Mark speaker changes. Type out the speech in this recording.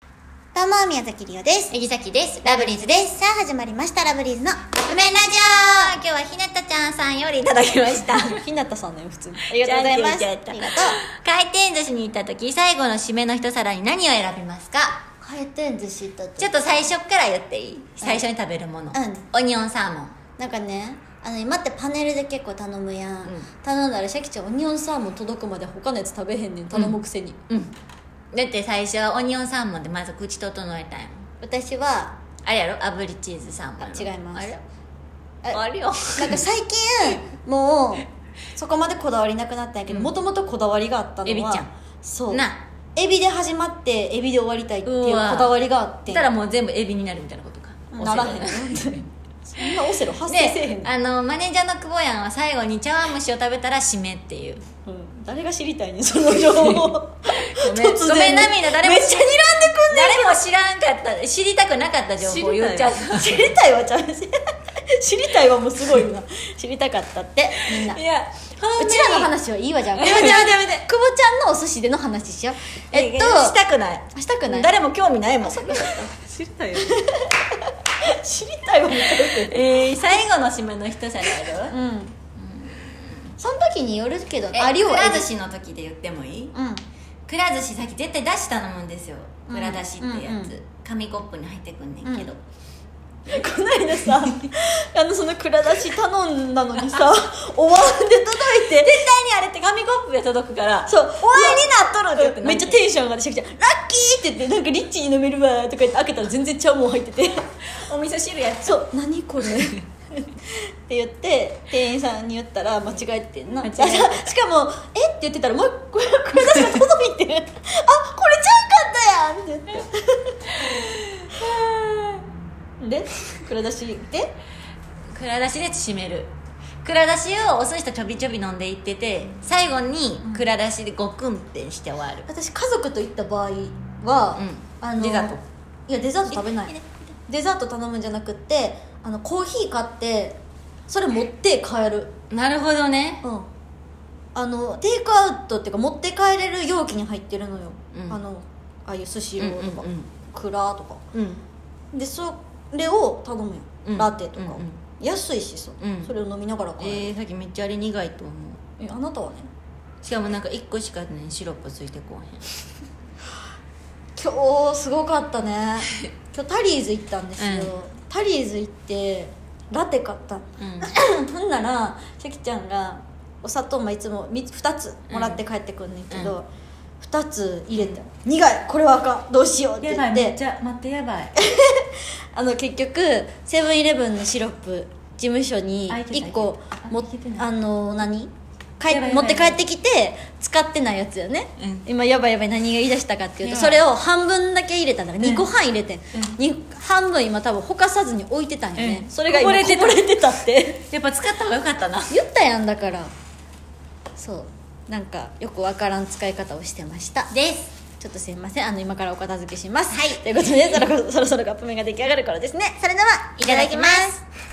Speaker 1: どうも、宮崎りおです。
Speaker 2: えぎさきです。
Speaker 1: ラブリーズです。さあ、始まりました、ラブリーズの。
Speaker 2: ごめんラジオ今日はひなたちゃんさんよりいただきまし た。あ
Speaker 1: ひなたさんだよ、普通に。あ
Speaker 2: り
Speaker 1: り
Speaker 2: が
Speaker 1: が
Speaker 2: と
Speaker 1: とうご
Speaker 2: うござ
Speaker 1: ざ
Speaker 2: い
Speaker 1: い
Speaker 2: ま。
Speaker 1: ますす。
Speaker 2: あ
Speaker 1: あ
Speaker 2: り
Speaker 1: り
Speaker 2: が
Speaker 1: が
Speaker 2: と
Speaker 1: と
Speaker 2: う
Speaker 1: う。。
Speaker 2: 回転寿司に行った時、最後の締めの一皿に何を選びますか
Speaker 1: 回転寿司だと
Speaker 2: ちょっと最初から言っていい最初に食べるもの。
Speaker 1: うん
Speaker 2: オニオンサーモン。
Speaker 1: なんかね、あの、今ってパネルで結構頼むやん。
Speaker 2: うん
Speaker 1: 頼んだら、シャキちゃん、オニオンサーモン届くまで他のやつ食べへんねん。頼むくせに。
Speaker 2: うん。だって最初はオニオンサーモンでまず口整えたいもん。
Speaker 1: 私は、
Speaker 2: あれやろ炙りチーズサーモンやろ。
Speaker 1: あ違います
Speaker 2: あれ
Speaker 1: え
Speaker 2: あれよ。
Speaker 1: なんか最近、もう、そこまでこだわりなくなったんやけど、もともとこだわりがあったのは、
Speaker 2: エビちゃん
Speaker 1: そう。
Speaker 2: な
Speaker 1: エビで始まって、エビで終わりたいっていうこだわりがあってん。
Speaker 2: したらもう全部エビになるみたいなこと
Speaker 1: な
Speaker 2: か。
Speaker 1: らへん
Speaker 2: お世話になる
Speaker 1: そんなオセロ発生せえへん
Speaker 2: であのマネージャーの久保やんは最後に茶碗蒸しを食べたら締めっていう
Speaker 1: うん誰が知りたいねんその 情報
Speaker 2: ごめん
Speaker 1: 突然
Speaker 2: ごめんなみんな誰も
Speaker 1: めっちゃ睨んでくんね
Speaker 2: 誰も知らんかった知りたくなかった情報を言っちゃう
Speaker 1: 知りたいわちゃうし知りたいはもうすごいな知りたかったってみんなう
Speaker 2: や
Speaker 1: ちらの話はいいわじゃん
Speaker 2: やめてやめてやめて
Speaker 1: 久保ちゃんのお寿司での話しようえっと
Speaker 2: したくない
Speaker 1: したくない
Speaker 2: 誰も興味ないもん知りたいよ
Speaker 1: 知りたいわみたいな
Speaker 2: えー、最後の締めの一皿ある
Speaker 1: うんその時によるけど
Speaker 2: え
Speaker 1: ありを
Speaker 2: くら寿司の時で言ってもいい
Speaker 1: うん
Speaker 2: くら寿司さっき絶対出し頼むんですよ
Speaker 1: うん
Speaker 2: くら出しってや
Speaker 1: う
Speaker 2: つ、
Speaker 1: んうん
Speaker 2: 紙コップに入ってくんねんけど、
Speaker 1: うんこないださあのその蔵出し頼んだのに さお椀で届いて
Speaker 2: 絶対にあれって紙コップで届くから
Speaker 1: そう
Speaker 2: おわいになっとるって言って
Speaker 1: めっちゃテンション上がってシャキちゃん「ラッキー!」って言って「なんかリッチに飲めるわ」とか言って開けたら全然ちゃうもん入ってて
Speaker 2: お味噌汁やっ
Speaker 1: 「そう何これ」って言って店員さんに言ったら間違えてんな
Speaker 2: 間違え
Speaker 1: しかも「えっ?」て言ってたらもう一個これ出しが届い て「あこれちゃうかったやん!」って言 ってで蔵出しで
Speaker 2: くら出しで締めるくら出しをお寿司とちょびちょび飲んでいってて最後にくら出しでごくんってして終わる、
Speaker 1: 私家族と行った場合は、
Speaker 2: うん
Speaker 1: あの
Speaker 2: デザート
Speaker 1: いやデザート食べない
Speaker 2: いいね
Speaker 1: デザート頼むんじゃなくってあのコーヒー買ってそれ持って帰る
Speaker 2: なるほどね
Speaker 1: うんあのテイクアウトっていうか持って帰れる容器に入ってるのよ、
Speaker 2: うん
Speaker 1: あのああいう寿司
Speaker 2: うん
Speaker 1: 用
Speaker 2: う
Speaker 1: と
Speaker 2: ん
Speaker 1: か、
Speaker 2: う
Speaker 1: クラとか
Speaker 2: んうん
Speaker 1: でそれを頼むよ、
Speaker 2: うん
Speaker 1: ラテとか、
Speaker 2: うんうん
Speaker 1: 安いしさ、
Speaker 2: うん
Speaker 1: それを飲みながら帰る、
Speaker 2: えー、さっきめっちゃあれ苦いと思う
Speaker 1: えあなたはね
Speaker 2: しかもなんか1個しかねシロップついてこう
Speaker 1: 今日すごかった ね今日タリーズ行ったんですよ、
Speaker 2: うん
Speaker 1: タリーズ行ってラテ買った
Speaker 2: へん、うん、
Speaker 1: ほんならシャキちゃんがお砂糖もいつもみ2つもらって帰ってくんねんけど、2つ入れて「苦いこれはあかんどうしよう」って言って
Speaker 2: ゃ待ってやばい
Speaker 1: あの結局セブンイレブンのシロップ事務所に
Speaker 2: あいけた
Speaker 1: 1個も
Speaker 2: いけたあいけてない
Speaker 1: あの何帰
Speaker 2: やばいやばい
Speaker 1: 持って帰ってきて使ってないやつよね、
Speaker 2: うん
Speaker 1: 今やばいやばい何が言い出したかっていうと
Speaker 2: やばい
Speaker 1: それを半分だけ入れたんだから
Speaker 2: うん
Speaker 1: 2個半入れて、に半分今多分ほかさずに置いてたんよね、
Speaker 2: うん
Speaker 1: それが今
Speaker 2: こぼれてた
Speaker 1: こぼれてたって
Speaker 2: やっぱ使った方がよかったな
Speaker 1: 言ったやんだからそうなんかよくわからん使い方をしてました
Speaker 2: です
Speaker 1: ちょっとすいませんあの今からお片付けしますはいということでそろそろそろそろカップ麺が出来上がる頃ですねそれではいい
Speaker 2: た
Speaker 1: た
Speaker 2: だ
Speaker 1: だ
Speaker 2: き
Speaker 1: き
Speaker 2: ま
Speaker 1: ますす